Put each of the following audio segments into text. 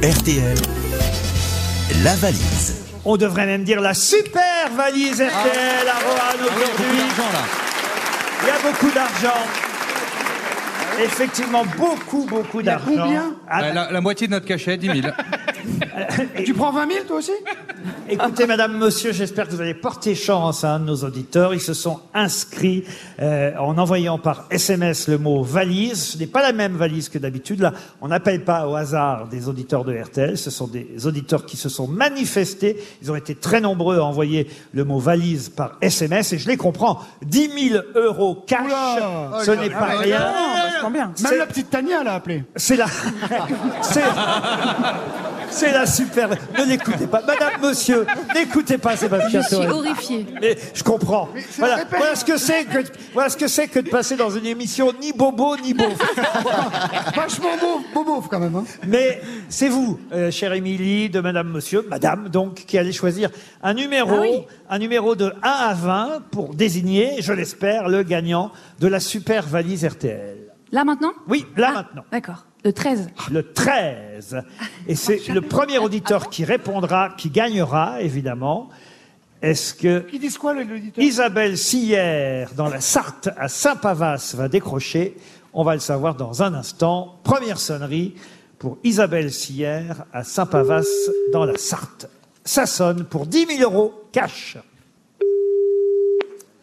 RTL, la valise. On devrait même dire la super valise RTL à Roanne Ah aujourd'hui. Il y a beaucoup d'argent. Effectivement, beaucoup, beaucoup d'argent. combien Ah, Euh, la, la moitié de notre cachet, 10 000. Tu prends 20 000 toi aussi Écoutez, madame, monsieur, j'espère que vous allez porter chance à un de nos auditeurs. Ils se sont inscrits euh, en envoyant par SMS le mot valise. Ce n'est pas la même valise que d'habitude. Là, on n'appelle pas au hasard des auditeurs de RTL. Ce sont des auditeurs qui se sont manifestés. Ils ont été très nombreux à envoyer le mot valise par SMS et je les comprends. 10 000 euros cash, ce n'est pas rien. Même C'est- la petite Tania l'a appelé. C'est la... C'est... C'est la super... Ne l'écoutez pas. Madame, monsieur, n'écoutez pas Sébastien Je suis Toen. horrifiée. Mais je comprends. c'est la Voilà, répète. voilà ce que c'est que voilà ce que c'est que de passer dans une émission ni bobo ni beauf. Vachement beau, beau beauf quand même. hein. Mais c'est vous, euh, chère Émilie, de Madame Monsieur, Madame donc, qui allez choisir un numéro, Ah oui. un numéro de 1 à 20 pour désigner, je l'espère, le gagnant de la super valise RTL. Là maintenant Oui, là Ah, maintenant. D'accord. Le 13. le 13. Et c'est le premier auditeur qui répondra, qui gagnera, évidemment. Est-ce que Ils disent quoi le- l'auditeur Isabelle Sillère, dans la Sarthe, à Saint-Pavas, va décrocher On va le savoir dans un instant. Première sonnerie pour Isabelle Sillère, à Saint-Pavas, dans la Sarthe. Ça sonne pour 10 000 euros cash.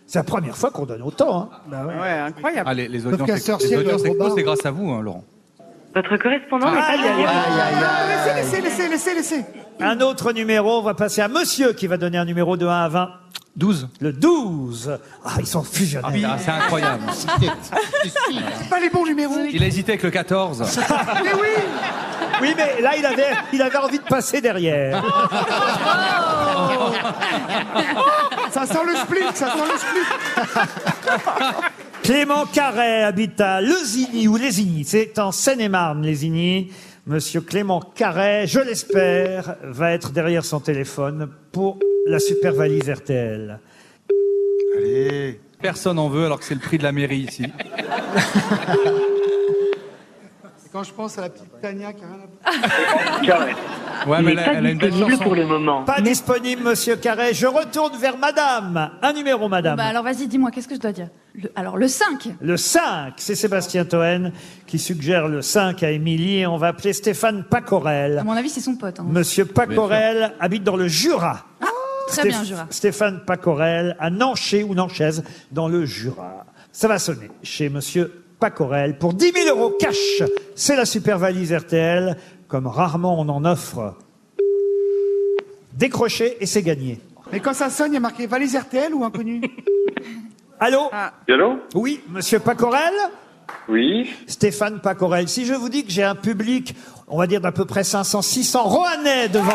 C'est la première fois qu'on donne autant. hein. Ah, les, les audiences, Sauf qu'à ex- Sorcier, les audiences le explosent, robot. c'est grâce à vous, hein, Laurent. Votre correspondant n'est pas Aïe, aïe, aïe. Ah, Laissez, laissez, laissez, laissez, laissez. Un autre numéro, on va passer à monsieur qui va donner un numéro de 1 à 20. 12. Le 12. Ah, ils sont fusionnels. Ah, c'est incroyable. C'est pas les bons numéros. Ah, Il a hésité avec le 14. Mais oui Oui, mais là, il avait, il avait envie de passer derrière. Ça sent le split, ça sent le split. Clément Carré habite à Lezigny ou Lézigny. C'est en Seine-et-Marne, Lézigny. Monsieur Clément Carré, je l'espère, va être derrière son téléphone pour la super valise RTL. Personne en veut alors que c'est le prix de la mairie ici. Quand je pense à la petite Tania qui a rien à Carré. Ouais, Il Ah, mais n'est elle, a- pas elle a une belle disponible chanson. pour le moment. Pas disponible, monsieur Carré. Je retourne vers madame. Un numéro, madame. Bah alors vas-y, dis-moi, qu'est-ce que je dois dire Le- Alors le 5. Le 5, c'est Sébastien Toen qui suggère le 5 à Émilie et on va appeler Stéphane À Pacorel. mon avis, c'est son pote. hein. Monsieur Pacorel habite dans le Jura. Très bien, Stéph- Jura. Stéphane Pacorel à Nanché ou Nanchaise dans le Jura. Ça va sonner chez monsieur Pacorel pour 10 000 euros cash. C'est la super valise RTL, comme rarement on en offre. Décrochez et c'est gagné. foutre. Mais quand ça sonne, il y a marqué valise RTL ou inconnu Allô Ah. Allô Oui, monsieur Pacorel Oui. Stéphane Pacorel. Si je vous dis que j'ai un public, on va dire d'à peu près 500, 600 Roanais devant moi.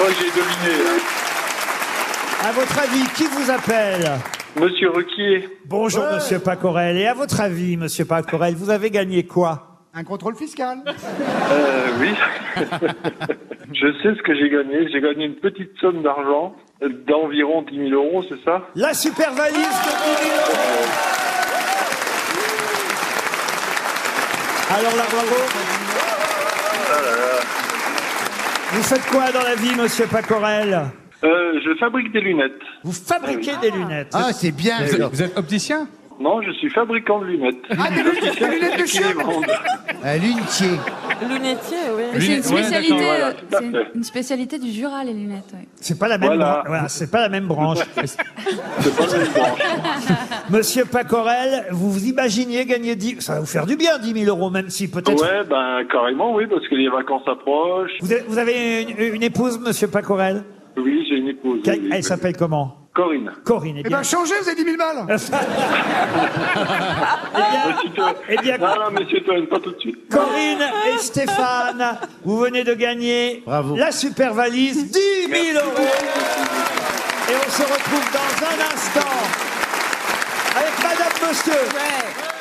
Oh, j'ai dominé. À votre avis, qui vous appelle Monsieur Requier, Bonjour, monsieur Pacorel. Et à votre avis, monsieur Pacorel, vous avez gagné quoi Un contrôle fiscal. euh, oui. Je sais ce que j'ai gagné. J'ai gagné une petite somme d'argent euh, d'environ 10 000 euros, c'est ça La super valise de 10 000 euros. Alors là, bravo. Vous faites quoi dans la vie, monsieur Pacorel euh, Je fabrique des lunettes. Vous fabriquez des lunettes. Ah, c'est bien. Vous êtes, vous êtes opticien Non, je suis fabricant de lunettes. Ah, des lunettes, des lunettes de Qui les chien vend. Un lunetier. Lunetier, oui. Mais C'est une Lunette- ouais, spécialité, d'accord, voilà, euh, tout à c'est fait. une spécialité du Jura, les lunettes. ouais. C'est pas la même. Voilà. bran- Voilà, c'est pas la même branche. C'est pas la même branche. Monsieur Pacorel, vous vous imaginiez gagner 10... Ça va vous faire du bien, 10 000 euros, même si peut-être... Ouais, ben carrément, oui, parce que les vacances approchent. Vous avez, vous avez une, une épouse, monsieur Pacorel Oui, j'ai une épouse. Quelle- oui. Elle s'appelle comment Corinne. Corinne, eh Eh bien. ben changez, vous avez 10 000 balles. eh bien, Monsieur Toen. eh bien, Non, non, monsieur Toen, pas tout de suite. Corinne et Stéphane, vous venez de gagner Bravo. la super valise 10 000 euros. Et on se retrouve dans un instant avec Madame Monsieur.